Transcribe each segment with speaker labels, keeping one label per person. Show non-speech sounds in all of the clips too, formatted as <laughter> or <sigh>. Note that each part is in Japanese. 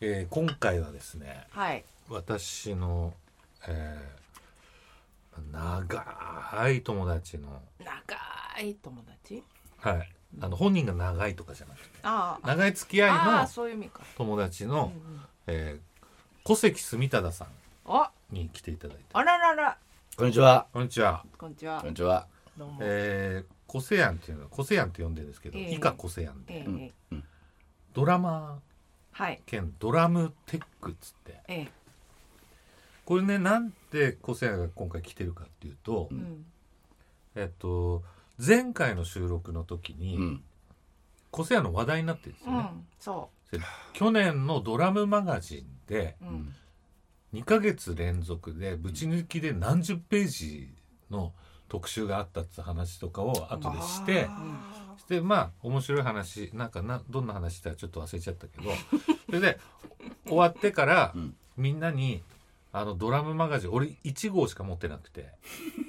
Speaker 1: えー、今回はですね
Speaker 2: はい。
Speaker 1: 私の、えー長い友達の,、
Speaker 2: 長い友達。
Speaker 1: はい、あの本人が長いとかじゃなくて
Speaker 2: ああ。
Speaker 1: 長い付き合い
Speaker 2: ああ、
Speaker 1: の
Speaker 2: そういう意味か。
Speaker 1: 友達
Speaker 2: う
Speaker 1: の
Speaker 2: ん、うん
Speaker 1: えー、小関住忠さ
Speaker 2: あ、
Speaker 1: んに来ていただいて
Speaker 2: あららら。
Speaker 3: こんにちは。
Speaker 1: こんにちは、
Speaker 2: こんにちは
Speaker 3: こん。にちは。
Speaker 2: どうも。え
Speaker 1: えー、コセアンっていうのはコセアンって呼んでるんですけど、
Speaker 2: ええ
Speaker 1: 以下コセアンで
Speaker 2: え
Speaker 3: うん
Speaker 2: ええ
Speaker 1: ドラマ
Speaker 2: はい。
Speaker 1: 兼ドラムテックっつって
Speaker 2: ええ。
Speaker 1: これねなんでコセアンが今回来てるかっていうと、
Speaker 2: うん。
Speaker 1: えっと前回の収録の時に、
Speaker 3: うん。
Speaker 1: コセアの話題になってるんです
Speaker 2: う
Speaker 1: よね、
Speaker 2: ん。そ
Speaker 1: 去年のドラムマガジンで
Speaker 2: う。うん。
Speaker 1: 2ヶ月連続でぶち抜きで何十ページの特集があったって話とかを後でして
Speaker 2: あ
Speaker 1: してまあ面白い話なんかなどんな話したらちょっと忘れちゃったけどそれで終わってから
Speaker 3: うん
Speaker 1: みんなにあのドラムマガジン俺1号しか持ってなくて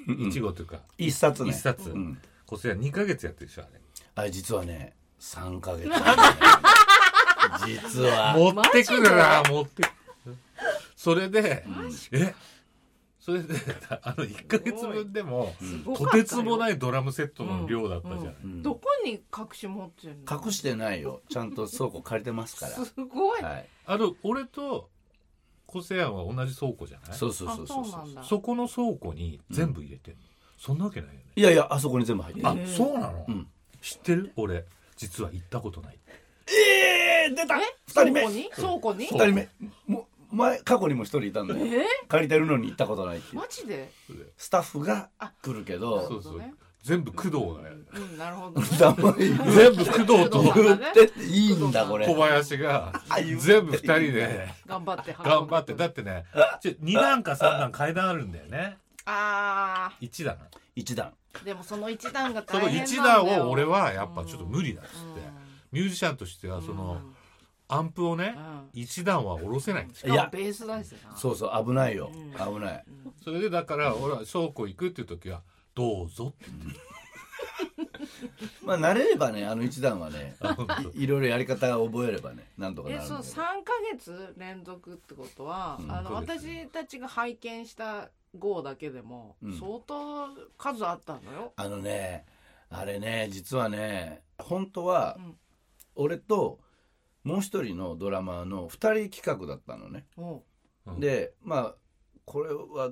Speaker 1: 1号というか
Speaker 3: 一冊ね。
Speaker 1: 1冊
Speaker 3: うん。
Speaker 1: こちら2ヶ月やってるでしょあれ
Speaker 3: あれ実はね、三ヶ月、ね。実は。
Speaker 1: 持ってくるな持ってくるそれで
Speaker 3: うん
Speaker 1: えそれであの1ヶ月分でも
Speaker 3: うん
Speaker 2: ご
Speaker 1: と
Speaker 2: かった
Speaker 1: て
Speaker 2: よ
Speaker 1: つもないドラムセットの量だったじゃない、
Speaker 2: うん
Speaker 3: うん
Speaker 2: どこに隠し持ってるの。
Speaker 3: 隠してないよ。ちゃんと倉庫借りてますか
Speaker 2: すごい。
Speaker 3: ら。
Speaker 2: あ、
Speaker 3: はい。
Speaker 1: あの俺とコセアンは同じ倉庫じゃない
Speaker 3: そうそうそう
Speaker 2: そ
Speaker 3: そうう
Speaker 2: な。んだ。
Speaker 1: そこの倉庫に全部入れてんの、そんなわけないよね
Speaker 3: いやいや、あそこに全部入ってる
Speaker 1: あ。そうなの、
Speaker 3: うん
Speaker 1: 知ってる俺実は行ったことない
Speaker 3: ええー、出た
Speaker 2: え。
Speaker 3: 二
Speaker 2: 倉
Speaker 3: 人目。
Speaker 2: 庫に。倉庫に。
Speaker 3: 二人目。もう前過去にも一人いたんだよ。
Speaker 2: ええ。
Speaker 3: 借りてるのに行ったことないっていう
Speaker 2: マジで。
Speaker 3: スタッフが来るけ
Speaker 2: なる
Speaker 3: ど
Speaker 1: そ
Speaker 2: ほ
Speaker 1: うそう
Speaker 2: どね。
Speaker 1: 全部工藤だよ
Speaker 2: うん、なるほどね。
Speaker 3: <laughs> 黙り
Speaker 1: 全部工藤
Speaker 2: <laughs>
Speaker 1: と
Speaker 3: 言ってっていいんだこれ
Speaker 1: 小林が
Speaker 3: あ言う
Speaker 1: 全部2人で
Speaker 2: 頑張って運んで。
Speaker 1: 頑張ってだってねちょ2段か3段階段あるんだよね
Speaker 2: あ
Speaker 1: 1段
Speaker 3: 一段
Speaker 2: あ。でも、その一段が
Speaker 1: そ
Speaker 2: 大
Speaker 1: の
Speaker 2: 変なんだ
Speaker 1: 1
Speaker 2: よ。
Speaker 1: 段を俺はやっぱちょっと無理だっつって
Speaker 2: うん。
Speaker 1: ミュージシャンとしてはそのアンプをね
Speaker 2: うん
Speaker 1: 1段は下ろせないんですよ
Speaker 2: いやベース大事だな
Speaker 3: そうそう危ないよ
Speaker 2: うん
Speaker 3: 危ない
Speaker 1: それでだから俺は倉庫行くっていう時は「どう
Speaker 3: <laughs>
Speaker 1: ぞ」って
Speaker 3: まあ慣れればねあの一段はね
Speaker 1: 言った
Speaker 3: いいろいろやり方を覚えればねなんとかな
Speaker 2: え
Speaker 3: るん
Speaker 2: そ
Speaker 3: だ
Speaker 2: う
Speaker 3: けど
Speaker 2: 三ヶ月連続ってことは、
Speaker 3: うん
Speaker 2: あの
Speaker 1: そうです
Speaker 2: 私たちが拝見した号だけでも、
Speaker 3: うん
Speaker 2: 相当数あったのよ。
Speaker 3: あのねあれね実はね本当は
Speaker 2: うん
Speaker 3: 俺ともう一人のドラマーの2人企画だったのね、
Speaker 2: お
Speaker 1: うん
Speaker 3: でまあこれは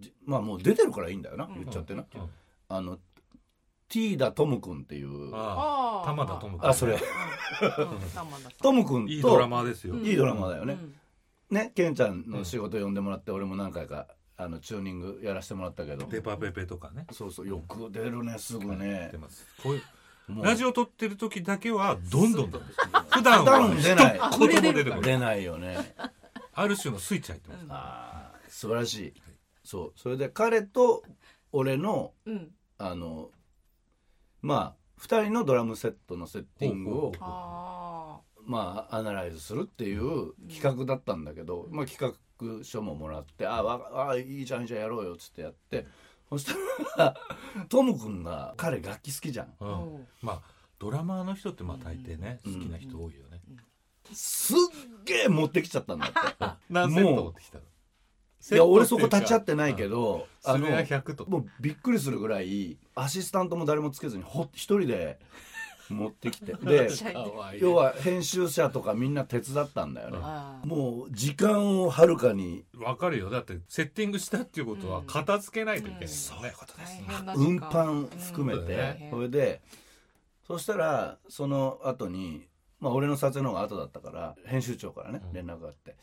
Speaker 3: じまあもう出てるからいいんだよな、
Speaker 2: うん
Speaker 3: 言っちゃってな、
Speaker 1: うん
Speaker 3: あのティーダトム君っていうあ
Speaker 1: ああ
Speaker 2: あ
Speaker 1: 玉田智子
Speaker 3: それ
Speaker 2: うんう
Speaker 3: <laughs>
Speaker 2: ん玉田さん
Speaker 3: トム君と
Speaker 1: いいドラマーですよ
Speaker 2: うん
Speaker 3: いいドラマだよね、
Speaker 2: うん
Speaker 3: ねケンちゃんの仕事呼んでもらって、俺も何回かあのチューニングやらせてもらったけど
Speaker 1: ペーパーペーペーとかね
Speaker 3: そうそうよく出るねすぐ
Speaker 1: やっ
Speaker 3: ね
Speaker 1: てますこういう
Speaker 3: もう
Speaker 1: ラジオ撮ってる時だけはどんどん出ます普段は
Speaker 3: 普段出ない
Speaker 1: 一言も出てこない
Speaker 3: 出ない
Speaker 1: <laughs>
Speaker 3: よね
Speaker 1: ある種のスイッチ入ってます
Speaker 3: あー素晴らしい、そうそれで彼と俺の
Speaker 2: うん
Speaker 3: あのまあ2人のドラムセットのセッティング
Speaker 1: ほうほ
Speaker 3: を
Speaker 1: う
Speaker 2: あ
Speaker 3: まあアナライズするっていう企画だったんだけど、まあ、企画書ももらって「あわあいいじゃんいいじゃんやろうよ」っつってやってそしたら <laughs> トム君が彼楽器好きじゃん
Speaker 1: う
Speaker 2: あ、
Speaker 1: ん
Speaker 2: おう
Speaker 1: まあドラマーの人ってまあ大抵ね好きな人多いよね
Speaker 3: すっげえ持ってきちゃったんだ
Speaker 1: <laughs>
Speaker 3: って。
Speaker 1: 何セット持ってきたの
Speaker 3: いや俺そこ立ち会ってないけどあ
Speaker 1: そ
Speaker 3: の
Speaker 1: れは100と
Speaker 3: もうびっくりするぐらいアシスタントも誰もつけずにほ一人で持ってきてで
Speaker 2: しゃい
Speaker 1: かわいい
Speaker 3: 要は編集者とかみんな手伝ったんだよね
Speaker 2: あー
Speaker 3: もう時間をはるかに
Speaker 1: わかるよだってセッティングしたっていうことは片付けないといけない
Speaker 2: うん
Speaker 1: そういうこと
Speaker 2: 大変な時間
Speaker 3: 運搬含め
Speaker 1: うん
Speaker 3: て、
Speaker 2: ね
Speaker 3: それでそしたらその後にまあ俺の撮影の方が後だったから編集長からね
Speaker 1: うん
Speaker 3: 連絡があって、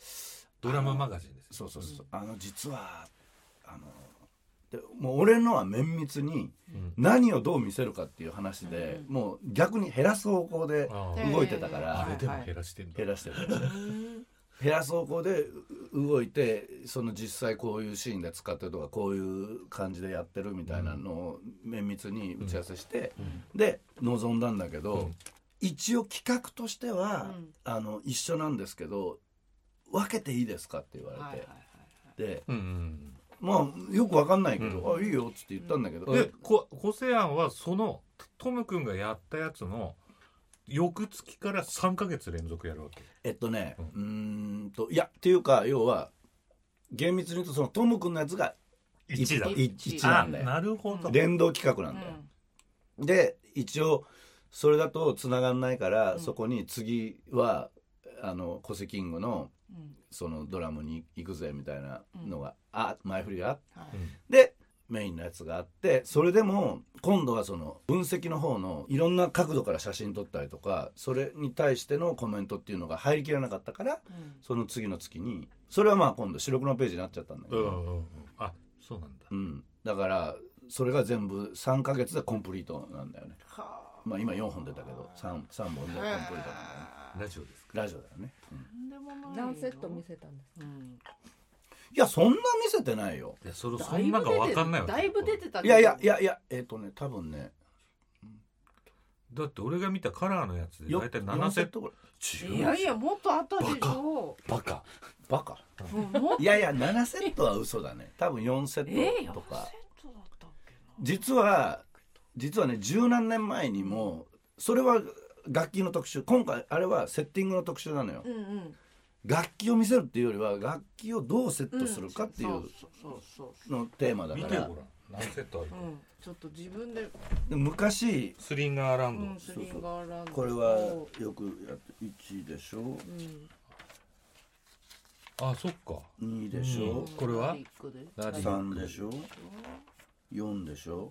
Speaker 1: ドラママガジンです
Speaker 3: そうそうそう、あの実はあのでもう俺のは綿密に
Speaker 1: うん
Speaker 3: 何をどう見せるかっていう話で、
Speaker 2: う
Speaker 3: もう逆に減らす方向で
Speaker 1: あ
Speaker 2: うん
Speaker 1: ー
Speaker 3: 動いてたか
Speaker 2: あ
Speaker 3: ら、
Speaker 1: あれでも減らしてんだ
Speaker 3: 減らしてる
Speaker 2: うん
Speaker 3: 減らす方向でう動いてその実際こういうシーンで使ってるとかこういう感じでやってるみたいなのを綿密に打ち合わせして、で臨んだんだけど、
Speaker 1: うん
Speaker 3: 一応企画としては、
Speaker 2: うん
Speaker 3: あの一緒なんですけど分けていいですかって言われて、
Speaker 2: はいはいはい
Speaker 3: で
Speaker 1: うんうん
Speaker 3: まあよく分かんないけど、
Speaker 1: う
Speaker 3: あいいよっつって言ったんだけど、
Speaker 1: でこ個性案はそのトム君がやったやつの翌月から3か月連続やるわけ
Speaker 3: えっとね
Speaker 1: う
Speaker 3: うんーんといやっていうか要は厳密に言うとそのトム君のやつが
Speaker 1: 一だ
Speaker 2: 一
Speaker 3: 一
Speaker 2: だ
Speaker 3: な
Speaker 1: あ
Speaker 3: んだよ
Speaker 1: なるほど、
Speaker 2: うん
Speaker 3: 連動企画
Speaker 2: う
Speaker 3: なん
Speaker 2: ん
Speaker 3: だよ、で一応それだと繋がんないから、
Speaker 2: うん
Speaker 3: そこに次はあのコセキングの
Speaker 2: うん
Speaker 3: そのドラムに行くぜみたいなのが、あ前振りがあっ
Speaker 2: はい
Speaker 1: うん
Speaker 3: でメインのやつがあってそれでも今度はその分析の方のいろんな角度から写真撮ったりとかそれに対してのコメントっていうのが入りきらなかったから
Speaker 2: うん
Speaker 3: その次の月にそれはまあ今度四六のページになっちゃったんだけ
Speaker 1: うんう
Speaker 3: ど、
Speaker 1: んうん、あそうなんだ
Speaker 3: うんだからそれが全部3ヶ月でコンプリートなんだよね
Speaker 2: はあ
Speaker 3: まあ今4本出たけど 3, 三本でコンプリートなんだよね
Speaker 2: へえ
Speaker 1: ラジオですか
Speaker 3: ラジオだよね、うん
Speaker 2: なんでもないよ
Speaker 4: 何セット見せたんです
Speaker 2: うん
Speaker 3: いやそんな見せてないよ
Speaker 1: いやそれそ
Speaker 2: だい
Speaker 1: ん
Speaker 2: ぶ
Speaker 1: な
Speaker 2: 出
Speaker 1: ん
Speaker 2: て
Speaker 1: か分かんないわけ
Speaker 2: だいぶ出てた
Speaker 3: いやいやい
Speaker 2: や
Speaker 3: やいやえっ、とね多分ね
Speaker 1: だって俺が見たカラーのやつで
Speaker 3: よ
Speaker 1: 大体7セット
Speaker 3: トぐらい
Speaker 2: いやいやもっとあったでしょ
Speaker 1: バカ
Speaker 3: バカ
Speaker 2: うんもっと
Speaker 3: いやいや7セットは嘘だね多分4セ
Speaker 2: え
Speaker 3: ッ
Speaker 2: え
Speaker 3: トと
Speaker 2: 4
Speaker 3: か
Speaker 2: セットだったっけな
Speaker 3: 実は実はね十何年前にもそれは楽器の特集今回あれはセッティングの特集なのよ、
Speaker 2: うんうん
Speaker 3: 楽器を見せるっていうよりは楽器をどうセッ
Speaker 2: うん
Speaker 3: トするかってい
Speaker 2: そう
Speaker 3: う
Speaker 2: そうそうそう
Speaker 3: のテーマだ
Speaker 1: 見
Speaker 3: か
Speaker 1: て
Speaker 3: ら、
Speaker 1: ごらん何セットあるか、
Speaker 2: うんちょっと自分で
Speaker 3: で昔
Speaker 1: スリンガーラ
Speaker 2: う
Speaker 1: ンド、
Speaker 2: んスリンガーランド
Speaker 3: これはよくやって1でしょ
Speaker 2: うん
Speaker 1: あそっか
Speaker 3: 2でし
Speaker 1: う
Speaker 3: ょ
Speaker 1: んこれは
Speaker 2: リックで
Speaker 1: ラリ
Speaker 3: 3でしょ4でしょ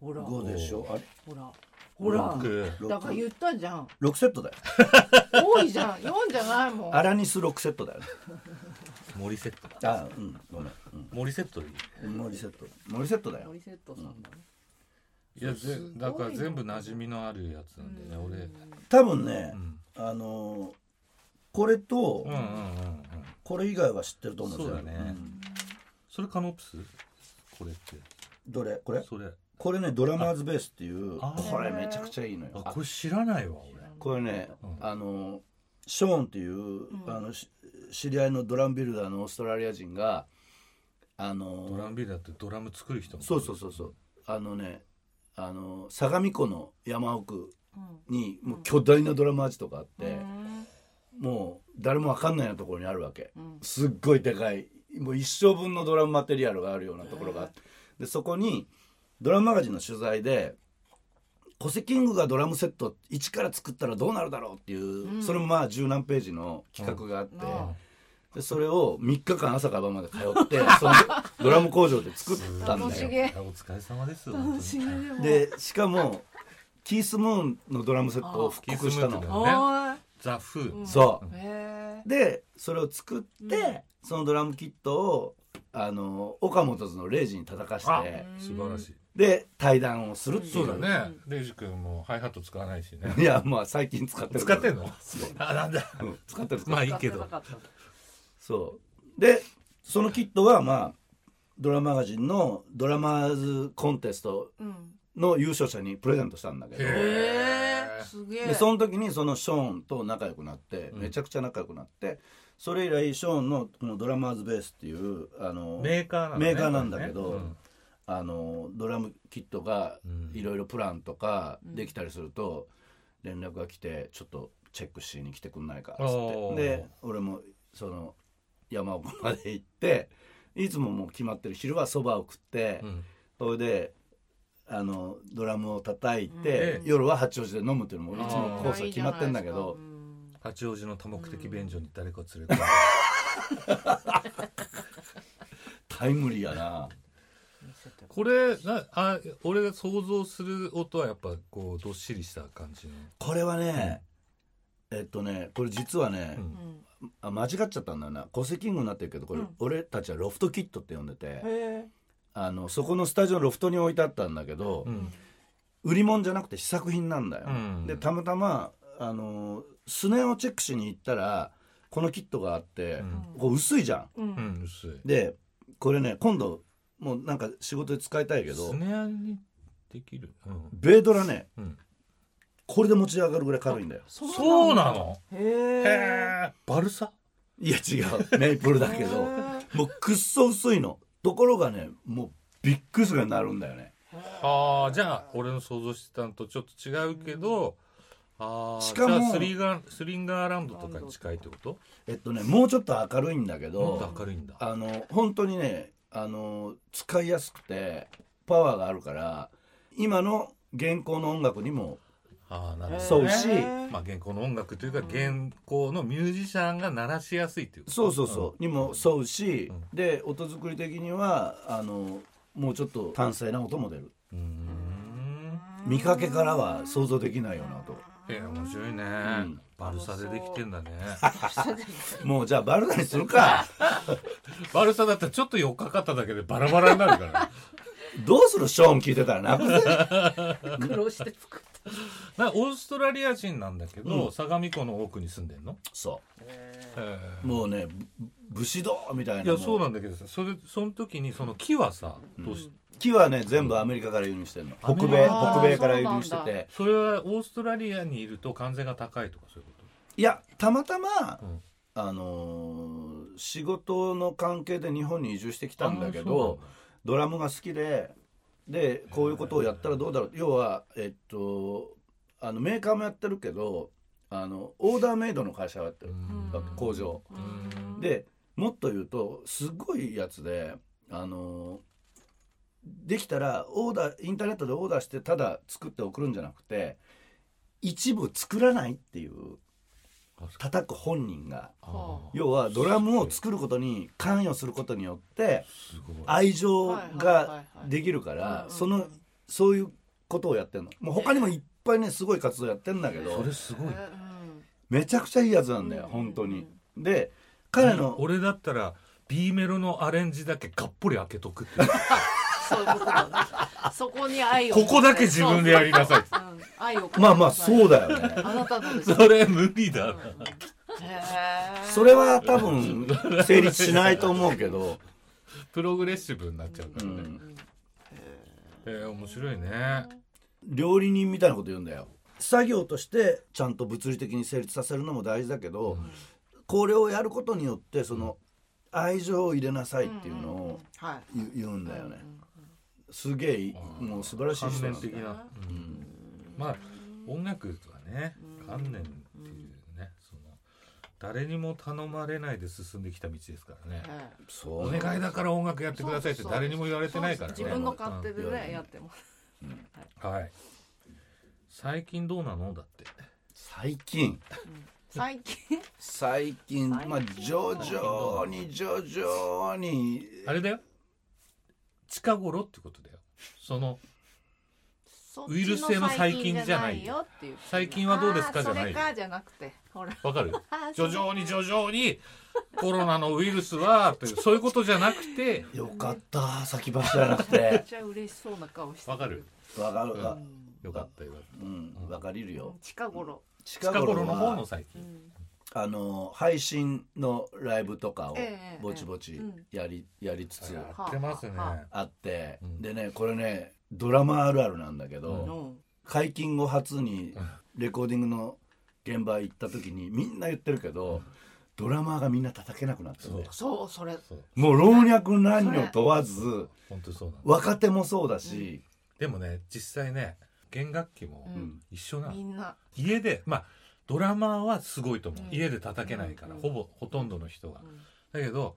Speaker 2: ほらほ
Speaker 3: 5でしょあれ
Speaker 2: らほら
Speaker 1: 僕
Speaker 2: だから言ったじゃん
Speaker 3: 6セットだよ
Speaker 2: 多いじゃん4じゃないもん
Speaker 3: アラニス6セットだよね
Speaker 1: 森セット
Speaker 3: あうんごめん、うん
Speaker 1: 森セットでいい
Speaker 3: 森セット森セットだよ
Speaker 4: 森セットさんだね
Speaker 1: いやぜ
Speaker 2: すごいな
Speaker 1: だから全部馴染みのあるやつなんでね俺
Speaker 3: 多分ね
Speaker 1: う、ん
Speaker 3: あのーこれと、
Speaker 1: うんうんうんうん
Speaker 3: これ以外は知ってると思うんですよ
Speaker 1: そうだね
Speaker 3: ん
Speaker 1: それカノプスこれって
Speaker 3: どれこれ
Speaker 1: それ
Speaker 3: これねドラマーズベースっていう
Speaker 1: ああ
Speaker 3: これめちゃくちゃいいのよ
Speaker 1: あ
Speaker 3: あ
Speaker 1: これ知らないわ俺
Speaker 3: これね、
Speaker 1: うん
Speaker 3: あのーショーンっていう、あのし知り合いのドラムビルダーのオーストラリア人があの
Speaker 1: ド
Speaker 3: ー
Speaker 1: ラムビルだってドラム作る人も
Speaker 3: そうそうそうそうあのねあのー相模湖の山奥
Speaker 2: うん
Speaker 3: にもう巨大なドラマージとかあって、
Speaker 2: うん
Speaker 3: もう誰もわかんないようなところにあるわけ、
Speaker 2: うん
Speaker 3: すっごいでかいもう一生分のドラムマテリアルがあるようなところがあって、でそこにドラムマガジンの取材で「コセキングがドラムセット一から作ったらどうなるだろう」っていう、
Speaker 2: うん
Speaker 3: それもまあ十何ページの企画があって、
Speaker 2: うんうん
Speaker 3: でそれを3日間朝から晩まで通ってそのドラム工場で作ったん
Speaker 2: 楽
Speaker 3: だ
Speaker 2: し
Speaker 3: よ。
Speaker 2: げ
Speaker 1: お疲れ様です本当
Speaker 2: 楽
Speaker 1: に
Speaker 2: しげでも
Speaker 3: でしかもキース・ムーンのドラムセットを復
Speaker 1: キ
Speaker 3: 刻
Speaker 1: ス
Speaker 3: し
Speaker 1: ム
Speaker 3: た
Speaker 1: ー
Speaker 3: の
Speaker 1: ン。だよね
Speaker 2: お
Speaker 1: ザ・フー
Speaker 2: ーい
Speaker 3: そう
Speaker 2: うんへえ
Speaker 3: でそれを作って、
Speaker 2: うん
Speaker 3: そのドラムキットをあの岡本のレイジに叩かし
Speaker 1: あ
Speaker 3: て
Speaker 1: 素晴らしい
Speaker 3: で対談をするっていう
Speaker 1: そうだねレイジ君もハイハット使わないしね
Speaker 3: <laughs> いやまあ最近使ってる
Speaker 1: 使ってん
Speaker 3: の、
Speaker 1: のあなんだ
Speaker 3: うん使ってる
Speaker 1: まあいい
Speaker 2: 使っ
Speaker 1: け
Speaker 2: てな
Speaker 1: ど
Speaker 2: かった
Speaker 3: そうでそのキットはまあドラマガジンのドラマーズコンテスト
Speaker 2: うん
Speaker 3: の優勝者にプレゼントしたんだけど
Speaker 1: へえ
Speaker 2: へえすげえ
Speaker 3: でその時にそのショーンと仲良くなって
Speaker 1: うん
Speaker 3: めちゃくちゃ仲良くなって、それ以来ショーンのこのドラマーズベースっていうあの
Speaker 1: メーカーなんだね
Speaker 3: メーカーなんだけど
Speaker 1: うん
Speaker 3: あのドラムキットが
Speaker 1: うん
Speaker 3: いろいろプランとか
Speaker 2: うん
Speaker 3: できたりすると連絡が来てちょっとチェックしに来てくんないかっつ
Speaker 1: お
Speaker 3: っ
Speaker 1: ー
Speaker 3: てで俺もその山奥まで行っていつももう決まってる昼はそばを食って
Speaker 1: うん
Speaker 3: それであのドラムを叩いて、
Speaker 1: うん
Speaker 3: 夜は八王子で飲むっていうのもいつもコースが決まってんだけ
Speaker 2: う
Speaker 3: ど
Speaker 2: ん
Speaker 1: 八王子の多目的便所に誰かを連れて
Speaker 3: タイムリーやな
Speaker 2: 見せて
Speaker 1: これなあ俺が想像する音はやっぱこうどっしりした感じの
Speaker 3: これはね、えっとねこれ実はね、
Speaker 1: うん
Speaker 2: うん
Speaker 3: あ間違っちゃったんだよな戸籍キングになってるけどこれ、
Speaker 2: うん
Speaker 3: 俺たちはロフトキットって呼んでて
Speaker 2: へ
Speaker 3: あのそこのスタジオのロフトに置いてあったんだけど、
Speaker 1: うん
Speaker 3: 売り物じゃなくて試作品なんだよ、
Speaker 1: うん
Speaker 3: でたまたまあのスネをチェックしに行ったらこのキットがあって、
Speaker 1: うん
Speaker 3: こう薄いじゃん
Speaker 2: えうん
Speaker 1: うん薄い
Speaker 3: でこれね今度もうなんか仕事で使いたいけど
Speaker 1: スネアにできるうん
Speaker 3: ベードラね
Speaker 1: うん
Speaker 3: これで持ち上がるぐらい軽いんだよ
Speaker 1: そうなのへ
Speaker 2: へえ
Speaker 1: えバルサ
Speaker 3: いや違うメイプルだけ
Speaker 2: <laughs>
Speaker 3: どもうくっそ薄いのところがねもうびっくりするぐらいになるんだよね
Speaker 1: ああじゃあ俺の想像してたのとちょっと違うけど、ああ
Speaker 3: しかも
Speaker 1: じゃあスリーガンスリンガーラウンドとかに近いってこと
Speaker 3: えっとねもうちょっと明るいんだけ
Speaker 1: もっ
Speaker 3: ど
Speaker 1: と明るいんだ
Speaker 3: あの本当にねあの使いやすくてパワーがあるから今の現行の音楽にも
Speaker 1: ああなるほど
Speaker 3: そうし
Speaker 1: まあ現行の音楽というか現行のミュージシャンが鳴らしやすいっていうこと
Speaker 3: そうそうそう、にも沿うし、
Speaker 1: う
Speaker 3: で音作り的にはあのもうちょっと単性な音も出る
Speaker 1: うんうーん
Speaker 3: 見かけからは想像できないような音
Speaker 1: えー、面白いね、
Speaker 3: ん
Speaker 1: バルサでできてんだね
Speaker 3: もうじゃあバルダにす
Speaker 1: <laughs>
Speaker 3: るか
Speaker 1: バルサだったらちょっと4日かっただけでバラバラになるから
Speaker 3: <laughs> どうするショーン聞いてた
Speaker 1: <laughs>
Speaker 3: らなくせ
Speaker 4: 苦労して作っ
Speaker 1: なオーストラリア人なんだけど、
Speaker 3: うん
Speaker 1: 相模湖の奥に住んでんの、
Speaker 3: そ
Speaker 1: へ
Speaker 3: うもうねぶ武士道みたいない
Speaker 1: やそう
Speaker 3: もう
Speaker 1: なんだけどさそれその時にその木はさ、どうし
Speaker 3: 木はね全部アメリカから輸入してんの
Speaker 1: ア
Speaker 3: 北
Speaker 1: メリカ
Speaker 3: 米
Speaker 2: あー
Speaker 3: 北米から輸入して
Speaker 2: そうなん
Speaker 3: て
Speaker 1: それはオーストラリアにいると関税が高いとかそういうこ
Speaker 3: いやたまたま
Speaker 1: と、うん、
Speaker 3: あのー仕事の関係で日本に移住してきたんだけ
Speaker 1: あーそう
Speaker 3: ど
Speaker 1: なんだ
Speaker 3: ドラムが好きででこういうことをやったらどうだろう要はえっとあのメーカーもやってるけどあのオーダーメイドの会社をやってる
Speaker 1: うん
Speaker 2: うん
Speaker 3: 工場
Speaker 2: うん
Speaker 3: でもっと言うとすごいやつであのできたらオーダーインターネットでオーダーしてただ作って送るんじゃなくて一部作らないっていう叩く本人が
Speaker 1: あー
Speaker 3: 要はドラムを作ることに関与することによって
Speaker 1: すごい
Speaker 3: 愛情
Speaker 2: はいはいは
Speaker 3: が
Speaker 2: いはい
Speaker 3: できるか
Speaker 2: うんうん
Speaker 3: ら
Speaker 2: うん
Speaker 3: そのそういうことをやってんのもう他にもいっぱいねすごい活動やってんだけ
Speaker 1: そ
Speaker 3: ど
Speaker 1: れすごいね
Speaker 3: めちゃくちゃいいやつなんだよ本当に。で彼の
Speaker 1: 俺だったら B メロのアレンジだけがっぽり開けとく <laughs> っていう
Speaker 2: そういうことだねそこに愛を
Speaker 1: ここだけ自分でやりなさい
Speaker 2: そうそううん愛を
Speaker 3: まあまあそう
Speaker 2: だ
Speaker 3: だよね。
Speaker 2: あなたのです
Speaker 1: それ無理だな、
Speaker 3: それは多分成立しないと思うけど、 <laughs>
Speaker 1: プログレッシブになっちゃうか
Speaker 3: う
Speaker 1: らね、
Speaker 3: ん、
Speaker 1: えー面白いね
Speaker 3: 料理人みたいなこと言うんだよ作業としてちゃんと物理的に成立させるのも大事だけど、これをやることによってその愛情を入れなさいっていうのを
Speaker 2: は
Speaker 3: 言う言うん
Speaker 2: い
Speaker 3: だよねすげえいいもう素晴らしい
Speaker 1: 観
Speaker 3: 人な
Speaker 1: 念
Speaker 3: んだ
Speaker 1: 的
Speaker 3: よ
Speaker 1: な、まあ音楽とはね観念っていうねその誰にも頼まれないで進んできた道ですからね
Speaker 3: そ
Speaker 1: お
Speaker 3: うね
Speaker 1: 願いだから音楽やってくださいって誰にも言われてないからね
Speaker 2: 自分の勝手で
Speaker 3: うん
Speaker 2: ねやってます
Speaker 1: うんはい最近どうなのだって
Speaker 3: 最近
Speaker 2: 最
Speaker 3: <laughs>
Speaker 2: 近
Speaker 3: 最近
Speaker 2: 最近
Speaker 3: まあ徐々に徐々に
Speaker 1: あれだよ近頃ってことだよそのウイルス性の細菌じゃない
Speaker 2: よっていう
Speaker 1: 細菌はどうですか
Speaker 2: あー
Speaker 1: じゃない
Speaker 2: それかじゃなくてほら
Speaker 1: わか
Speaker 2: <laughs>
Speaker 1: る
Speaker 2: あーそ
Speaker 1: 徐
Speaker 2: れ
Speaker 1: 々に徐々にコロナのウイルスはってそういうことじゃなくて
Speaker 3: よかった先走らなくて
Speaker 2: めっちゃ嬉しそうな顔して
Speaker 1: わかる
Speaker 3: わかる
Speaker 1: う
Speaker 3: わ
Speaker 1: よかったよかっ
Speaker 3: うんわかりるよ
Speaker 2: 近頃
Speaker 1: た
Speaker 3: 近
Speaker 1: 近頃
Speaker 3: 頃
Speaker 1: の
Speaker 3: の
Speaker 1: 方の最近
Speaker 3: あの配信のライブとかを
Speaker 2: ええ
Speaker 3: ぼちぼちやり,、やりつつ
Speaker 1: やってますね
Speaker 2: はあは
Speaker 3: あって、
Speaker 1: うん
Speaker 3: でねこれねドラマあるあるなんだけど、
Speaker 1: う
Speaker 2: うん
Speaker 3: 解禁後初にレコーディングの現場行った時にみんな言ってるけど、ドラマーがみんな叩けなくなってて
Speaker 1: そう
Speaker 2: そうそれ
Speaker 1: そう
Speaker 3: もう老若男女問わず
Speaker 1: 本当にそうなんだ
Speaker 3: 若手もそうだし、
Speaker 1: でもね実際ね弦楽器も
Speaker 2: うん
Speaker 1: 一緒なの
Speaker 2: みんな
Speaker 1: 家でまあドラマーはすごいと思う、
Speaker 2: うん
Speaker 1: 家で叩けないから、
Speaker 2: うん
Speaker 1: ほぼほとんどの人が、
Speaker 2: うん
Speaker 1: だけど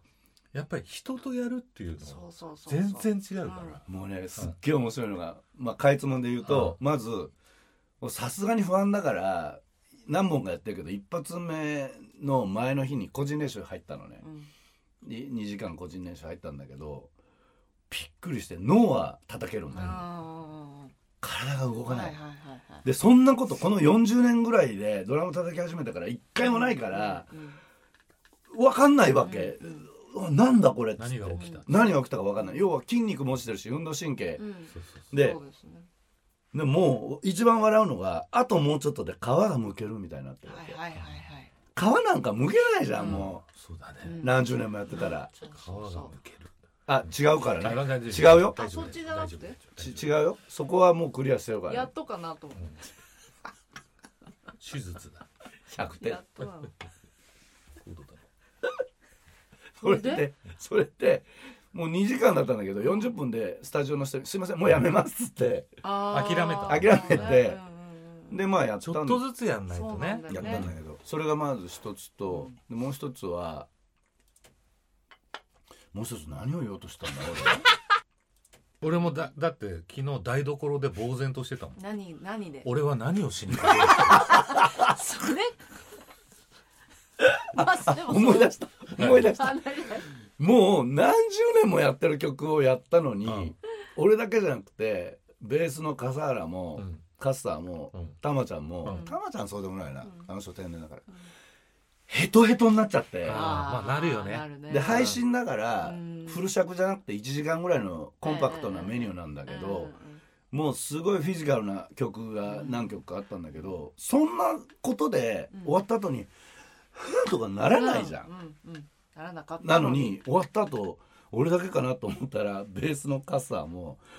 Speaker 1: やっぱり人とやるっていうの
Speaker 2: そ
Speaker 1: は
Speaker 2: うそうそう
Speaker 1: 全然違うから
Speaker 3: もうねすっげえ面白いのが、まあ、かいつまんで言うと、まずもうさすがに不安だから何本かやってるけど一発目の前の日に個人練習入ったのね
Speaker 2: う、ん
Speaker 3: に2時間個人練習入ったんだけどびっくりして脳は叩けるんだよ、
Speaker 2: あ
Speaker 3: 体が動
Speaker 2: ー
Speaker 3: かない、
Speaker 2: はいはいはいはい
Speaker 3: でそんなことこの40年ぐらいでドラム叩き始めたから一回もないから
Speaker 2: うんうん
Speaker 3: 分かんないわけ、うわなんだこれっつって
Speaker 1: 何が起きた、
Speaker 2: うん
Speaker 3: 何が起きたか分かんない要は筋肉も落ちてるし運動神経
Speaker 2: う、ん
Speaker 1: そうそうそう
Speaker 3: で
Speaker 2: そうですね
Speaker 3: でもう一番笑うのがあともうちょっとで皮がむけるみたいになってるわ
Speaker 2: はい
Speaker 3: け、
Speaker 2: はいはいはい
Speaker 3: 皮なんかむけないじゃん、も
Speaker 1: そうだね、
Speaker 2: う
Speaker 3: うん何十年もやってたら、
Speaker 2: そう
Speaker 1: 皮が
Speaker 2: そう
Speaker 1: む
Speaker 2: そ
Speaker 1: ける
Speaker 3: あ違うから
Speaker 1: あ
Speaker 3: ね
Speaker 1: 大丈夫
Speaker 3: 違うよ
Speaker 1: 大丈夫
Speaker 2: あそっちじゃなくて
Speaker 1: 大丈夫大
Speaker 3: ち
Speaker 1: 丈
Speaker 3: 違うよそこはもうクリアしてるか
Speaker 2: うや
Speaker 3: ら、ね
Speaker 2: っ、とかなと思っ
Speaker 1: 夫手術だ
Speaker 3: 100
Speaker 2: て
Speaker 3: 点
Speaker 2: やっとな
Speaker 3: <laughs>
Speaker 2: の
Speaker 1: そうだね
Speaker 3: <laughs> それでそれでもう2時間だったんだけど40分でスタジオの人に「すいませんもうやめます」って
Speaker 2: あー
Speaker 1: 諦めた
Speaker 3: 諦めて
Speaker 2: うんうんうん
Speaker 3: でまあやっ
Speaker 1: ち
Speaker 3: た
Speaker 1: ょ
Speaker 3: ん
Speaker 1: っ
Speaker 3: だ
Speaker 1: とずつやんないと
Speaker 2: そうなん
Speaker 1: ね
Speaker 2: だ
Speaker 3: や
Speaker 2: よ
Speaker 3: っ
Speaker 2: ね
Speaker 3: たんだけどそれがまず一つと、でもう一つはもう一つ何を言おうとしたんだ
Speaker 1: 俺もだだって昨日台所で呆然としてたもん
Speaker 2: 何何で
Speaker 1: 俺は何をしに来
Speaker 2: <laughs>
Speaker 1: たのか
Speaker 2: そ
Speaker 3: <laughs>
Speaker 2: れまあでも
Speaker 3: 俺思い出した思い出した
Speaker 2: あ何々
Speaker 3: もう何十年もやってる曲をやったのに、
Speaker 1: うん
Speaker 3: 俺だけじゃなくてベースの笠原も、
Speaker 1: うん
Speaker 3: カスターも、
Speaker 1: うん
Speaker 3: タマちゃんも、
Speaker 2: うん
Speaker 3: タマちゃんそうでもないな、
Speaker 2: うん
Speaker 3: あの人天然だから、ヘトヘトになっちゃって
Speaker 1: あーまあなるよね
Speaker 2: なるね
Speaker 3: で配信だから、
Speaker 2: うん
Speaker 3: フル尺じゃなくて1時間ぐらいのコンパクトなメニューなんだけど、もうすごいフィジカルな曲が何曲かあったんだけど、そんなことで
Speaker 2: うん
Speaker 3: 終わった後に「ふ、ーとかな
Speaker 2: な
Speaker 3: らないじゃん。
Speaker 2: んうんうんならなかった
Speaker 3: なのに終わった後俺だけかなと思ったらベースのカッサーも <laughs>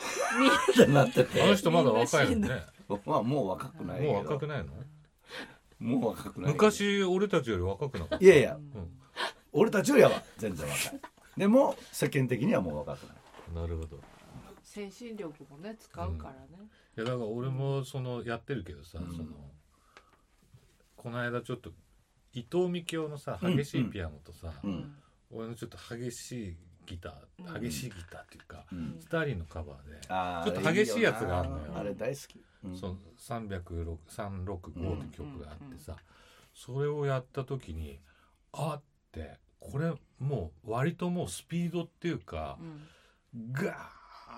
Speaker 3: 「ふーってなってて
Speaker 1: あの人まだ若いのね
Speaker 3: まあもう若くないけど
Speaker 1: もう若くないの
Speaker 3: もう若くないけど
Speaker 1: 昔俺たちより若くなかった
Speaker 3: いやいや
Speaker 1: うん
Speaker 3: 俺たちよりは全然若いでも世間的にはもう若くない
Speaker 1: なるほど
Speaker 2: 精神力もね使うからね
Speaker 1: いやだから俺もそのやってるけどさ、
Speaker 3: うん
Speaker 1: そのこの間ちょっと伊藤美京のさ
Speaker 3: うん
Speaker 1: 激しいピアノとさ、
Speaker 3: うん
Speaker 1: 俺のちょっと激しいギター、
Speaker 2: うん
Speaker 1: 激しいギターっていうか、
Speaker 3: うん
Speaker 1: スターリンのカバーで、
Speaker 3: あ
Speaker 1: ち
Speaker 3: ー
Speaker 1: ょっと激しいやつがあるのよ
Speaker 3: いいなあれ大好き、うん
Speaker 1: その365って曲があってさ、それをやった時にあってこれもう割ともうスピードっていうか、
Speaker 2: うん
Speaker 1: ガー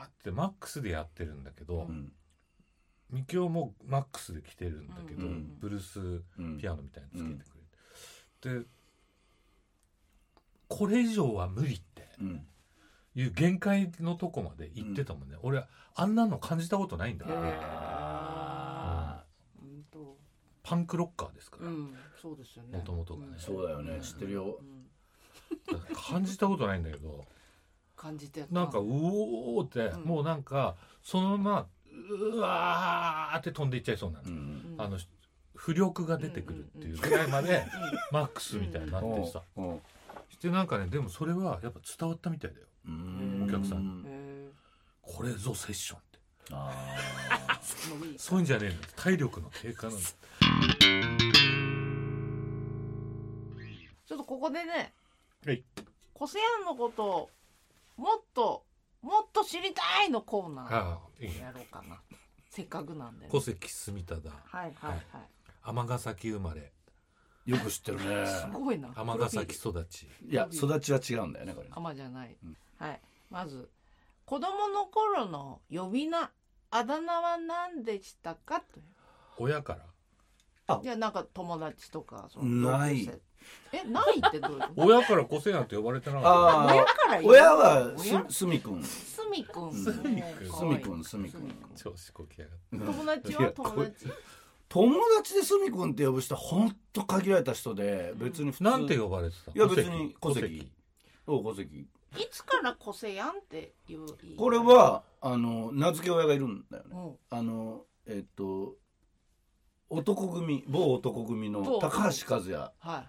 Speaker 1: ってマックスでやってるんだけど、
Speaker 3: うん
Speaker 1: ミキオもマックスで来てるんだけど、
Speaker 3: うん
Speaker 1: ブルース
Speaker 3: うん
Speaker 1: ピアノみたいにつけてくれて、でこれ以上は無理って
Speaker 3: うん
Speaker 1: いう限界のとこまで行ってたもんね、俺はあんなの感じたことないんだよ、
Speaker 3: あ
Speaker 2: うんと
Speaker 1: パンクロッカーですから、
Speaker 2: うんそうですよね
Speaker 1: 元々がね
Speaker 3: ーそうだよね知ってるよ
Speaker 2: うん
Speaker 1: だから感じたことないんだけど
Speaker 2: 感じてやった
Speaker 1: なんかうおーって、
Speaker 2: うん
Speaker 1: もうなんかそのままうわーって飛んでいっちゃいそうなの、
Speaker 3: うん
Speaker 1: あの浮力が出てくるっていうぐらいまでマックスみたいになってさ、
Speaker 3: うん
Speaker 1: でなんかねでもそれはやっぱ伝わったみたいだよ
Speaker 3: うん
Speaker 1: お客さん
Speaker 2: うんへ
Speaker 1: これぞセッションって
Speaker 3: あ
Speaker 2: ーもういい
Speaker 1: そういうんじゃねえの体力の低下なの
Speaker 3: <laughs>
Speaker 2: ちょっとここでね、
Speaker 1: はい、
Speaker 2: コセアンのことをもっともっと知りたいのコーナー
Speaker 1: ああいいね
Speaker 2: やろうかな。せっかくなんで、ね
Speaker 1: 戸。籍住田だ
Speaker 2: はいはいはい。
Speaker 1: 尼崎生まれ
Speaker 3: ーよく知ってるね
Speaker 2: すごいな。
Speaker 1: 尼崎育ち
Speaker 3: いや育ちは違うんだよねこれね
Speaker 2: あまじゃない。
Speaker 3: うん
Speaker 2: はい。まず子供の頃の呼び名あだ名は何でしたかという。
Speaker 1: 親から
Speaker 2: いやなんか友達とかそ
Speaker 3: ない
Speaker 2: 同級生えないってどういうこと？
Speaker 1: 親から個性なんて呼ばれてなかっ
Speaker 3: あ
Speaker 2: 親
Speaker 3: あ
Speaker 2: から言う
Speaker 3: 親は
Speaker 2: 親
Speaker 3: すすみくんす
Speaker 2: すみくん。
Speaker 3: す
Speaker 1: みくん
Speaker 2: か
Speaker 1: す
Speaker 2: わい
Speaker 3: み
Speaker 2: い
Speaker 3: くんすみくん
Speaker 1: た調子こきやがって
Speaker 2: 友達はい
Speaker 3: やこ
Speaker 2: 友
Speaker 3: れ
Speaker 2: 達。
Speaker 3: 友達ですみくんって呼ぶ人はほんと限られた人で別に普通
Speaker 1: なんて呼ばれてた
Speaker 3: いや別に戸
Speaker 1: 戸
Speaker 3: 籍おう戸籍
Speaker 2: いつから個性やんっていう。
Speaker 3: これ。はあの名付け親がいるんだよね
Speaker 2: うん。
Speaker 3: あのえっと男組某男組の
Speaker 2: 某
Speaker 3: 高橋和也
Speaker 2: はいはい。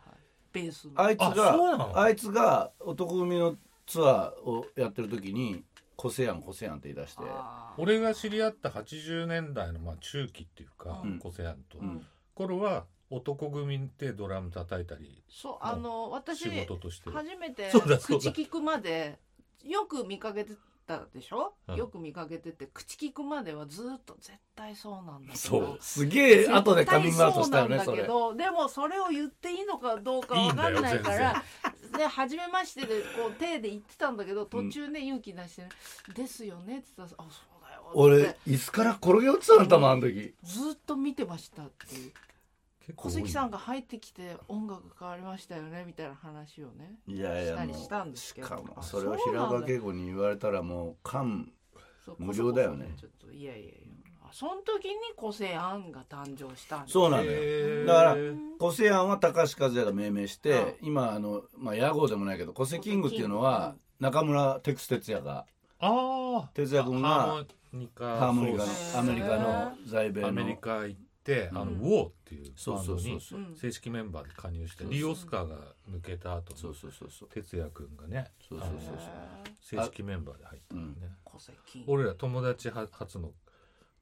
Speaker 2: ベースの。
Speaker 3: あいつ
Speaker 1: あそうな
Speaker 3: が
Speaker 1: の
Speaker 3: あいつが男組のツアーをやってる時に「個性案個性案」って言い出して
Speaker 2: あー
Speaker 1: 俺が知り合った80年代のまあ中期っていうか、
Speaker 2: うん
Speaker 1: 個性あんと、
Speaker 3: うん
Speaker 1: 頃は男組ってドラム叩いたり
Speaker 2: そうあの私
Speaker 1: 仕事として
Speaker 2: 初めて
Speaker 1: そうだそうだ
Speaker 2: 口聞くまでよく見かけてたでしょ
Speaker 1: う。ん
Speaker 2: よく見かけてて口聞くまではずっと絶対そうなんだけど。
Speaker 3: そうすげえ後でカミングアウトしたよね
Speaker 2: 絶
Speaker 3: そ
Speaker 2: 対
Speaker 3: れ
Speaker 2: うなんだけどでもそれを言っていいのかどうかわかんないからで初めましてでこう手で言ってたんだけど途中ね勇気出してね「ですよね」って言ったら「あそうだよ」
Speaker 3: 俺椅子から転げ落ちたのたまあの時
Speaker 2: ずっと見てましたっていう
Speaker 1: 結構
Speaker 2: 小
Speaker 1: 多い
Speaker 2: 関さんが入ってきて音楽変わりましたよねみたいな話をね
Speaker 3: いやい
Speaker 2: した
Speaker 3: や
Speaker 2: り
Speaker 3: も
Speaker 2: したん
Speaker 3: う
Speaker 2: です
Speaker 3: し
Speaker 2: けど
Speaker 3: かもそれを平
Speaker 2: そうな
Speaker 3: 場
Speaker 2: んだ
Speaker 3: 稽古に言われたらもう勘
Speaker 2: そう
Speaker 3: 無料だよね
Speaker 2: こそこそちょっといやいやいやあその時に個性案が誕生したんだ
Speaker 3: そうなのよ
Speaker 1: へー
Speaker 3: だから個性案は高橋和也が命名し
Speaker 2: う
Speaker 3: て今あのまあ野号でもないけど個性キングっていうのは中村テクス哲也が
Speaker 1: ああ
Speaker 3: 哲也君
Speaker 1: ハ
Speaker 3: が
Speaker 1: ーモニカ
Speaker 3: ハーモニ
Speaker 1: そ
Speaker 3: カ
Speaker 1: う
Speaker 3: の
Speaker 1: です
Speaker 3: アメリカの在米
Speaker 1: アメ
Speaker 3: の
Speaker 1: リカ行って、あの
Speaker 2: うん
Speaker 1: ウォーっていう
Speaker 3: そ
Speaker 1: バ
Speaker 3: う
Speaker 1: ン
Speaker 3: そ
Speaker 1: ド
Speaker 3: うそう
Speaker 1: に
Speaker 3: そう
Speaker 2: うん
Speaker 1: 正式メンバーで加入して、
Speaker 2: そうそう
Speaker 1: リオスカーが抜けた後
Speaker 3: そう
Speaker 1: に
Speaker 3: そうそうそう
Speaker 1: 哲也君がね
Speaker 3: そうそうそう
Speaker 1: あの
Speaker 2: へー
Speaker 1: 正式メンバーで入ったのね、
Speaker 2: 個性
Speaker 1: 俺ら友達は初の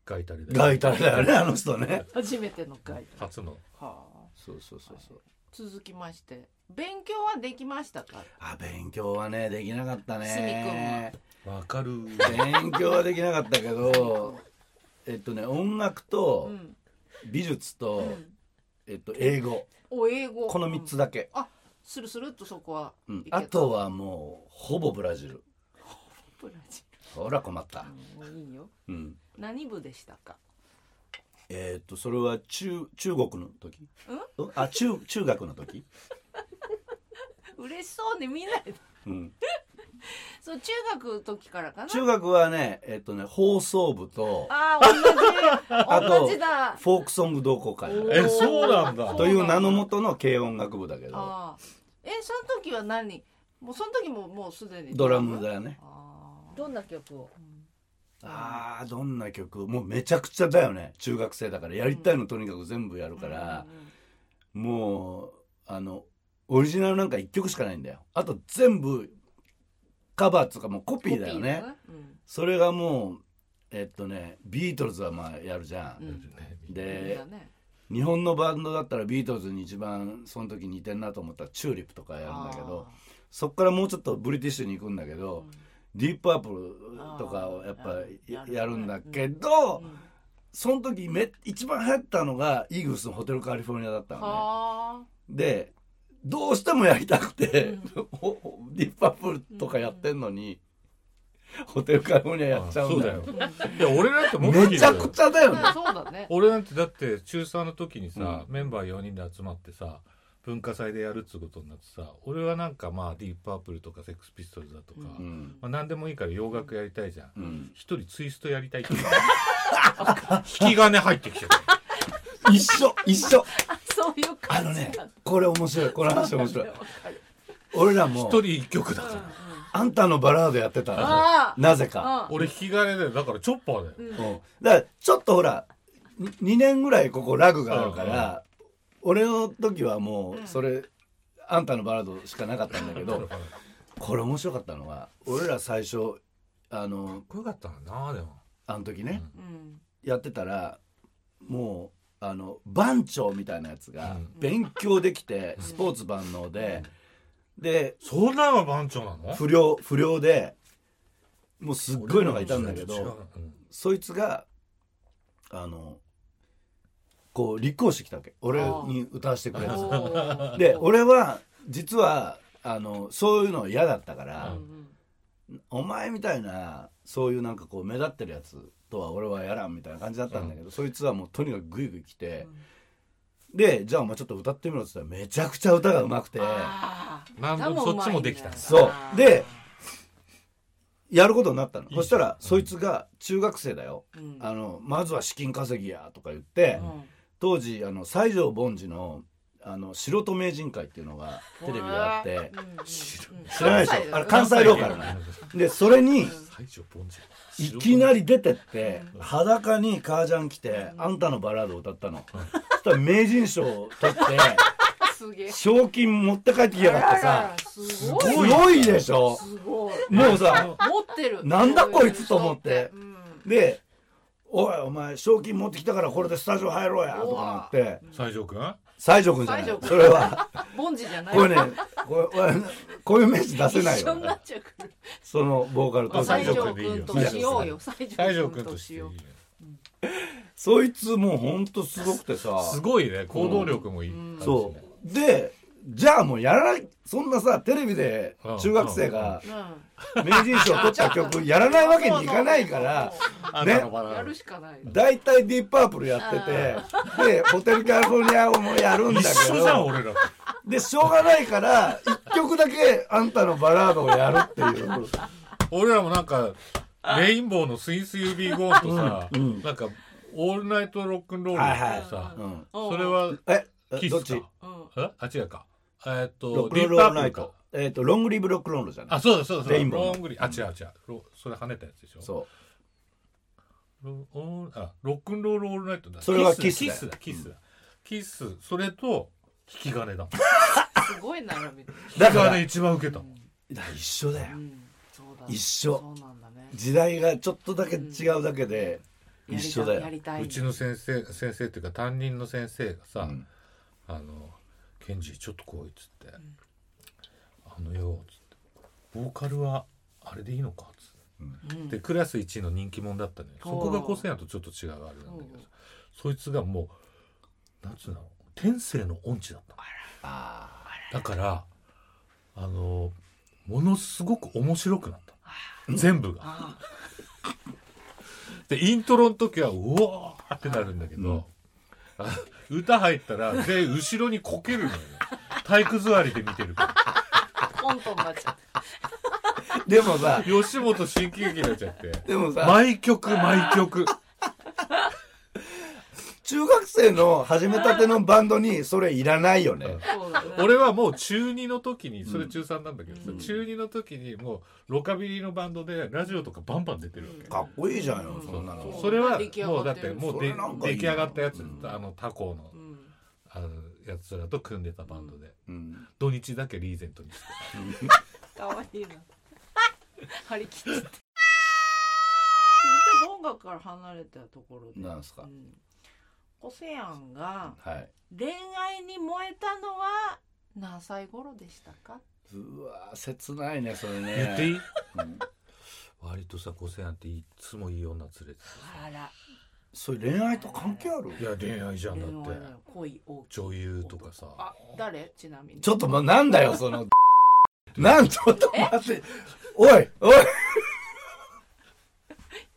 Speaker 1: ガイタレで
Speaker 3: ガイタレだよねあの人ね
Speaker 2: 初めての回
Speaker 1: 初の
Speaker 2: はあ
Speaker 3: そうそうそうそう
Speaker 2: 続きまして勉強はできましたか
Speaker 3: あ勉強はねできなかったね
Speaker 2: す
Speaker 1: わかる
Speaker 3: 勉強はできなかったけどえっとね音楽
Speaker 2: う
Speaker 3: と
Speaker 2: ん、
Speaker 3: 美術と、
Speaker 2: うん、
Speaker 3: えっと英語
Speaker 2: お英語
Speaker 3: この3つだけ、
Speaker 2: するするっとそこは、
Speaker 3: うん
Speaker 2: いけた
Speaker 3: あとはもうほぼブラジル
Speaker 2: ブラジ
Speaker 3: ほら困った、
Speaker 2: ル、うん、いいよ
Speaker 3: うん、
Speaker 2: 何部でしたか
Speaker 3: えっとそれは中中国の時あ中中学の時、
Speaker 2: 嬉しそうに見ないで
Speaker 3: うん、
Speaker 2: そう中学の時からかな
Speaker 3: 中学はねえっとね放送部と
Speaker 2: あ
Speaker 3: <laughs>
Speaker 2: あ
Speaker 3: と
Speaker 2: 同じ同じだ
Speaker 3: フォークソング同好会
Speaker 2: おー
Speaker 1: えそうなんだ
Speaker 3: という名のもとの軽音楽部だけど
Speaker 2: ああえその時は何もうその時ももうすでに
Speaker 3: ドラムだよね
Speaker 2: ああ
Speaker 4: どんな曲を
Speaker 3: あーどんな曲もうめちゃくちゃだよね中学生だからやりたいのとにかく全部やるから、もうあのオリジナルなんか1曲しかないんだよあと全部カバーっつうかもうコピーだよねそれがもうえっとねビートルズはまあやるじゃん、
Speaker 2: うん
Speaker 1: ね
Speaker 3: で
Speaker 2: だね
Speaker 3: 日本のバンドだったらビートルズに一番その時似てんなと思ったらチューリップとかやるんだけどそっからもうちょっとブリティッシュに行くんだけ
Speaker 2: ああ
Speaker 3: ど、
Speaker 2: うん
Speaker 3: ディープアップルとかをやっ
Speaker 2: あ
Speaker 3: ぱ
Speaker 2: ーや
Speaker 3: や
Speaker 2: る
Speaker 3: やるんだけど、
Speaker 2: うん
Speaker 3: その時め一番流行ったのがイーグルスのホテルカリフォルニアだったのね。
Speaker 2: はあ
Speaker 3: でどうしてもやりたくて、
Speaker 2: う
Speaker 3: <laughs> ディープアップルとかやってんのに、ホテルカリフォルニアやっちゃうんだよ。
Speaker 1: そうだよいや俺なんてもっとひど
Speaker 3: め
Speaker 1: い
Speaker 3: ちゃくちゃだよね
Speaker 2: ね。そうだね
Speaker 1: 俺なんてだって中3の時にさ、メンバー4人で集まってさ文化祭でやるっつうことになってさ俺はなんかまあディープパープルとかセックスピストルズだとか、
Speaker 2: うん
Speaker 3: うん
Speaker 1: まあ、何でもいいから洋楽やりたいじゃん
Speaker 3: うん、
Speaker 1: 一人ツイストやりたいって引き金入ってきてる
Speaker 3: 一緒一緒
Speaker 2: <laughs> そういう
Speaker 3: あ
Speaker 2: 感
Speaker 3: の
Speaker 2: じ
Speaker 3: ねこれ面白いこの話面白い俺らも
Speaker 1: 一人一曲だから、
Speaker 3: あんたのバラードやってたの
Speaker 2: あ
Speaker 3: なぜか、
Speaker 2: あ
Speaker 1: 俺引き金だよだからチョッパーだよ、
Speaker 2: うん
Speaker 3: うんだからちょっとほら2年ぐらいここラグがあるから、俺の時はもうそれ、あんたのバラードしかなかったんだけどこれ面白かったのは俺ら最初あの
Speaker 1: かっこよかったんだなでも
Speaker 3: あの時ね、
Speaker 2: うん
Speaker 3: やってたらもうあの番長みたいなやつが
Speaker 1: うん
Speaker 3: 勉強できて、スポーツ万能で、で
Speaker 1: そんなの番長なの
Speaker 3: 不良不良でもうすっごいのがいたんだけど。
Speaker 1: 違ううん
Speaker 3: そいつがあのこう立候補してきたわけ俺に歌わせてくれ
Speaker 2: お
Speaker 3: る
Speaker 2: ー
Speaker 3: で俺は実はあのそういうの嫌だったから
Speaker 2: う、ん
Speaker 3: お前みたいなそういうなんかこう目立ってるやつとは俺はやらんみたいな感じだったんだけど、そいつはもうとにかくグイグイ来て、でじゃあお前ちょっと歌ってみろっつったらめちゃくちゃ歌がうまくて
Speaker 2: あー
Speaker 1: なんとそっちもできたんだ
Speaker 3: そうでやることになったのそしたらそいつが中学生だよ、
Speaker 2: うん
Speaker 3: あのまずは資金稼ぎやとか言って、当時あの西条凡司のあの素人名人会っていうのがテレビであって
Speaker 2: 知
Speaker 3: 知らないでしょあれ関西ローカルなでそれに
Speaker 1: 最初ボンジ
Speaker 3: いきな
Speaker 1: り
Speaker 3: り出てって裸に革ジャン着て「あんたのバラード」を歌ったのそしたら名人賞を取って
Speaker 2: す <laughs> げえ
Speaker 3: 賞金持って帰ってきやがってさ
Speaker 2: す
Speaker 3: す
Speaker 2: ごい
Speaker 3: ごいでしょ
Speaker 2: すごい
Speaker 3: もうさ
Speaker 2: 持ってる
Speaker 3: なんだこいつと思って
Speaker 2: うん
Speaker 3: で「おいお前賞金持ってきたからこれでスタジオ入ろうや」とかなって
Speaker 1: 西条くん
Speaker 3: 西条君じゃな
Speaker 2: 西
Speaker 3: い
Speaker 2: 条君
Speaker 3: それ
Speaker 2: <laughs>
Speaker 3: は
Speaker 2: 凡人じゃない
Speaker 3: これねこれこういう名詞出せない
Speaker 2: 一緒にな
Speaker 3: よ
Speaker 2: っちゃうから
Speaker 3: そのボーカルと
Speaker 1: あ
Speaker 2: 西
Speaker 1: 西条
Speaker 2: 条
Speaker 1: 君でいい
Speaker 2: 君
Speaker 1: よ
Speaker 2: としようよ
Speaker 1: 西
Speaker 2: 西
Speaker 1: 条
Speaker 2: 条
Speaker 1: く
Speaker 2: 君
Speaker 1: んと
Speaker 2: と
Speaker 1: して
Speaker 2: し
Speaker 1: いい
Speaker 2: よ
Speaker 1: よ
Speaker 2: う
Speaker 3: そいつもうほんとすごくてさ
Speaker 1: すごいね行動力もいい感じね
Speaker 3: そうでじゃあもうやらないそんなさテレビで中学生が
Speaker 2: うん
Speaker 3: 名人賞取った曲やらないわけにいかないから
Speaker 1: あん
Speaker 3: ね
Speaker 1: たのバ
Speaker 2: や
Speaker 1: ラ
Speaker 2: るしかない
Speaker 3: 大体ディープパープルやっててでホテルカリフォルニアもやるんだ
Speaker 1: 一
Speaker 3: け
Speaker 1: 緒じゃん
Speaker 3: ど
Speaker 1: 俺ら
Speaker 3: でしょうがないから1曲だけあんたのバラードをやるっていう
Speaker 1: 俺らもなんかレインボーのスイスユービーゴーンとさ
Speaker 3: うんうん
Speaker 1: なんかオールナイトロックンロールと
Speaker 2: は
Speaker 1: さ
Speaker 2: い
Speaker 3: うん、
Speaker 1: それは
Speaker 3: え
Speaker 1: キ
Speaker 3: どっ
Speaker 1: ス
Speaker 3: ち
Speaker 1: か
Speaker 2: うん
Speaker 1: えあ違うかえーっ
Speaker 3: ロ
Speaker 1: と
Speaker 3: ッ
Speaker 1: リッ
Speaker 3: ク
Speaker 1: プ
Speaker 3: ロ
Speaker 1: ア
Speaker 3: ールナ
Speaker 1: ッ
Speaker 3: イ
Speaker 1: プか
Speaker 3: トえっとロングリブロックロールじゃない
Speaker 1: あそうだそうだそう
Speaker 3: レイ
Speaker 1: だ
Speaker 3: ンボーの
Speaker 1: ロングリあ違う違うロそれ跳ねたやつでしょ
Speaker 3: そう
Speaker 1: ロオールあロックンロールオールナイトだ
Speaker 3: それはキス
Speaker 1: キ
Speaker 3: だ
Speaker 1: スだキスだキスそれと引き金だ
Speaker 2: すごい並び
Speaker 1: だ
Speaker 3: <laughs> だ
Speaker 1: か
Speaker 3: から
Speaker 1: ら一番受けたもん
Speaker 3: だから一緒だ
Speaker 2: う
Speaker 3: よ
Speaker 2: んそうだ
Speaker 3: 一緒
Speaker 2: そうなんだね
Speaker 3: 時代がちょっとだけ違うだけで、
Speaker 2: やりたい
Speaker 3: 一緒だよ
Speaker 2: やりたいう
Speaker 1: ちの先生先生っていうか担任の先生がさ「
Speaker 3: うん
Speaker 1: あのケンジちょっと来い」っつって「あのよ」つって「ボーカルはあれでいいのか」つって。
Speaker 2: うん
Speaker 1: でクラス1位の人気者だったのよそこが
Speaker 2: おー
Speaker 1: 個性やとちょっと違うあれなんだけ
Speaker 2: お
Speaker 1: ど
Speaker 2: ー
Speaker 1: そいつがもうなんつうの天性の音痴だったの
Speaker 3: あ
Speaker 1: だからあのものすごく面白くなった全部が。
Speaker 2: あ
Speaker 1: でイントロの時はうわーってなるんだけど、あ歌入ったら全員後ろにこけるのよ体育座りで見てるか
Speaker 2: コントになっちゃっ
Speaker 3: ー <laughs> でもさ
Speaker 1: ら吉本新喜劇になっちゃって
Speaker 3: でもさ
Speaker 1: 毎曲毎曲
Speaker 3: 中学生の始めたてのバンドにそれいらないよね
Speaker 2: たそうだね
Speaker 1: 俺はもう中2の時にそれ中3なんだけどさ、中2の時にもうロカビリのバンドでラジオとかバンバン出てるわけ、
Speaker 3: かっこいいじゃんよそんな
Speaker 1: そう
Speaker 3: の
Speaker 1: それは
Speaker 2: 出来上
Speaker 1: も
Speaker 2: が
Speaker 1: う
Speaker 2: ってる
Speaker 1: だってもう
Speaker 3: そ
Speaker 1: で
Speaker 3: れなんかいい
Speaker 1: 出
Speaker 3: な
Speaker 1: 来上がったやつ、あの他校の
Speaker 2: うん
Speaker 1: あのやつらと組んでたバンドで、
Speaker 3: うん
Speaker 1: 土日だけリーゼントにして
Speaker 2: かわいいな <laughs> 張り切っててちょっと音楽から離れたところで
Speaker 3: なん <laughs> すか
Speaker 2: うんコセアンが
Speaker 3: はい
Speaker 2: 恋愛に燃えたのは何歳頃でしたか
Speaker 3: うわー切ないねそれね
Speaker 1: 言っていい
Speaker 3: うん
Speaker 1: 割とさ個性なんていっつもいい女連れて
Speaker 2: あら
Speaker 3: それ恋愛と関係ある
Speaker 1: いや恋愛じゃん
Speaker 2: 恋
Speaker 1: だ
Speaker 2: 愛
Speaker 1: って
Speaker 2: の恋大きい
Speaker 1: 女優とかさ
Speaker 2: あ誰ちなみに
Speaker 3: ちょっとまなんだよそ
Speaker 1: <laughs>
Speaker 3: の <laughs> なんちょっと待っておいおい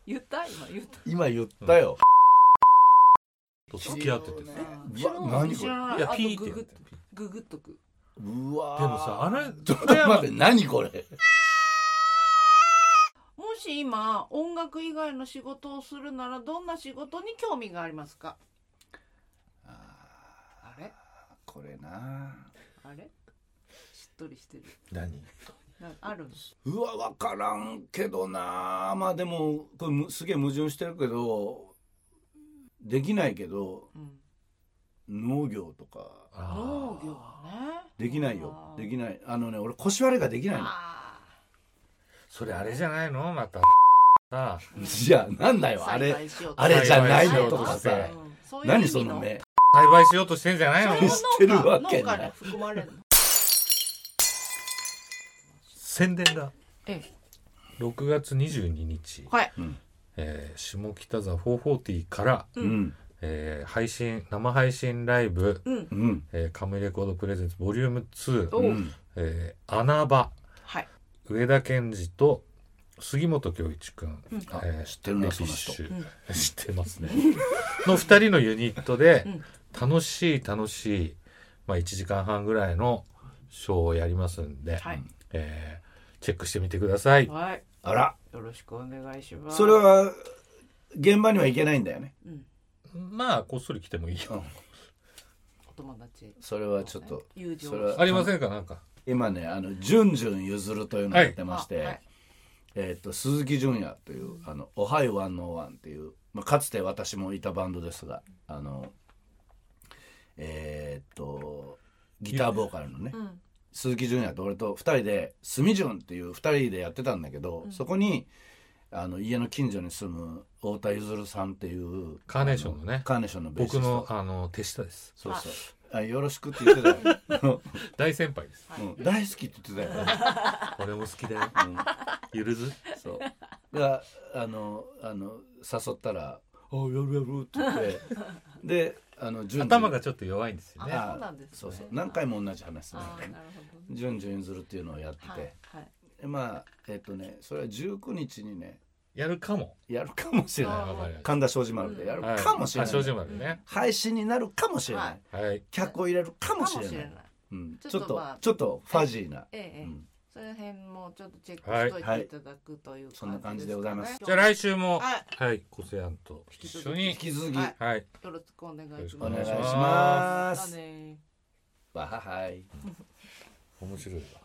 Speaker 2: 言った今言った
Speaker 3: 今言ったよ、
Speaker 1: と付き合っててさ
Speaker 3: うわ何これ
Speaker 2: 知らない
Speaker 1: いや
Speaker 2: あと
Speaker 1: ピーっ
Speaker 2: グ
Speaker 1: てや
Speaker 2: グっ
Speaker 1: ってて
Speaker 2: ググっとく
Speaker 3: うわー
Speaker 1: でもさあれ
Speaker 3: ちょっと待って何これ
Speaker 2: もし今音楽以外の仕事をするならどんな仕事に興味がありますかあれ
Speaker 3: これな
Speaker 2: あれしっとりしてる
Speaker 1: 何
Speaker 2: なんかあるの
Speaker 3: うわ分からんけどなまあでもこれむすげえ矛盾してるけどできないけど
Speaker 2: うん
Speaker 3: 農業とか
Speaker 2: 農業ね
Speaker 3: できないよできないあのね俺腰割れができないの
Speaker 2: あ
Speaker 1: それあれじゃないのまたさ
Speaker 3: いやなんだよ
Speaker 2: ー栽
Speaker 3: あれ
Speaker 2: 培しようと
Speaker 3: あれじゃな
Speaker 1: 栽
Speaker 3: い
Speaker 1: 培しよ
Speaker 3: の
Speaker 1: う
Speaker 3: とかさ
Speaker 2: うんそういう意味
Speaker 3: 何その目
Speaker 1: 栽培しようとしてんじゃないの
Speaker 2: それも
Speaker 3: 知ってるわけ
Speaker 2: 農家
Speaker 3: ない
Speaker 2: に含まれるの
Speaker 1: 宣伝が
Speaker 2: え
Speaker 1: 6月22日、
Speaker 2: はい
Speaker 1: えー下北沢440から、
Speaker 3: うん
Speaker 1: えー配信生配信ライブ、
Speaker 2: うん
Speaker 3: うん
Speaker 1: えーカムイレコードプレゼンツボリューム
Speaker 2: お
Speaker 1: 2、
Speaker 3: う
Speaker 2: うん
Speaker 1: えー穴場
Speaker 2: はい
Speaker 1: 上田健二と杉本恭一君、ん
Speaker 3: あ
Speaker 1: えー
Speaker 3: 知ってるね
Speaker 1: レピッ
Speaker 3: そ
Speaker 1: シュ
Speaker 2: の
Speaker 1: 知ってますね <laughs> の2人のユニットで
Speaker 2: うん
Speaker 1: 楽しい楽しい、まあ、1時間半ぐらいのショーをやりますんで、
Speaker 2: はい
Speaker 1: えーチェックしてみてください
Speaker 2: はい
Speaker 3: あら
Speaker 2: よろしくお願いします
Speaker 3: それは現場には行けないんだよね
Speaker 2: うん
Speaker 1: まあこっそり来てもいいよ
Speaker 2: お友達
Speaker 3: それはちょっと
Speaker 2: 友情
Speaker 3: それは
Speaker 1: ありませんかなんか
Speaker 3: 今ねあのジュンジュンゆずるというのをやってまして、
Speaker 2: あはい
Speaker 3: えーっと鈴木純也という「あのおはようワンノーワン」っていう、まあ、かつて私もいたバンドですがあのえーっとギターボーカルのね、
Speaker 2: ん
Speaker 3: 鈴木純也と俺と2人で「すみじゅん」っていう2人でやってたんだけど、そこにあの家の近所に住む太田ゆずるさんっていう
Speaker 1: カーネーションのね
Speaker 3: あカーネーションのベーシ
Speaker 1: 僕
Speaker 3: スト
Speaker 1: のあの手下です
Speaker 3: そうそうあよろしくって言ってたよ、
Speaker 1: 大先輩です
Speaker 3: うん大好きって言ってたよ
Speaker 1: 俺も好き
Speaker 3: <laughs>
Speaker 1: だよ
Speaker 3: うん
Speaker 1: ゆるず
Speaker 3: そうがあのあの誘ったら「あやるやる」って
Speaker 2: <laughs>
Speaker 3: 言ってであの順
Speaker 1: 頭がちょっと弱いんですよね
Speaker 2: あそうなんですね
Speaker 3: そうそう何回も同じ話する
Speaker 2: あーなるほどね
Speaker 3: 順々譲るっていうのをやってて、
Speaker 2: はいはい
Speaker 3: でまあえっ、とねそれは19日にね
Speaker 1: やるかも
Speaker 3: やるかもしれ
Speaker 2: あ
Speaker 3: な
Speaker 1: わかりま
Speaker 3: い
Speaker 1: し
Speaker 3: 神田庄司丸でやる
Speaker 1: たはい
Speaker 3: かもしれ
Speaker 1: あ
Speaker 3: ない、
Speaker 1: 精進丸ね
Speaker 3: 配信になるかもしれない、
Speaker 2: はい
Speaker 1: はい
Speaker 3: 客を入れるか
Speaker 2: か
Speaker 3: も
Speaker 2: も
Speaker 3: し
Speaker 2: し
Speaker 3: れ
Speaker 2: れ
Speaker 3: ない
Speaker 2: ない
Speaker 3: うん、
Speaker 2: ち
Speaker 3: ち
Speaker 2: ょ
Speaker 3: ょ
Speaker 2: っと
Speaker 3: っと、
Speaker 2: まあ
Speaker 3: ちょっとファジーな、
Speaker 2: ええええ
Speaker 3: うん
Speaker 2: その辺もちょっとチェックしといていただくという感じですかね、
Speaker 3: そんな感じでございます
Speaker 1: じゃあ来週も
Speaker 2: はい
Speaker 1: はいコセアンと一緒に
Speaker 3: 引き続き、
Speaker 2: はい
Speaker 1: はい
Speaker 2: よろしくお願いし
Speaker 3: お
Speaker 2: ま
Speaker 3: 願いし
Speaker 2: す。
Speaker 1: ま
Speaker 3: ます
Speaker 2: だね
Speaker 3: わははい
Speaker 1: 面白いわ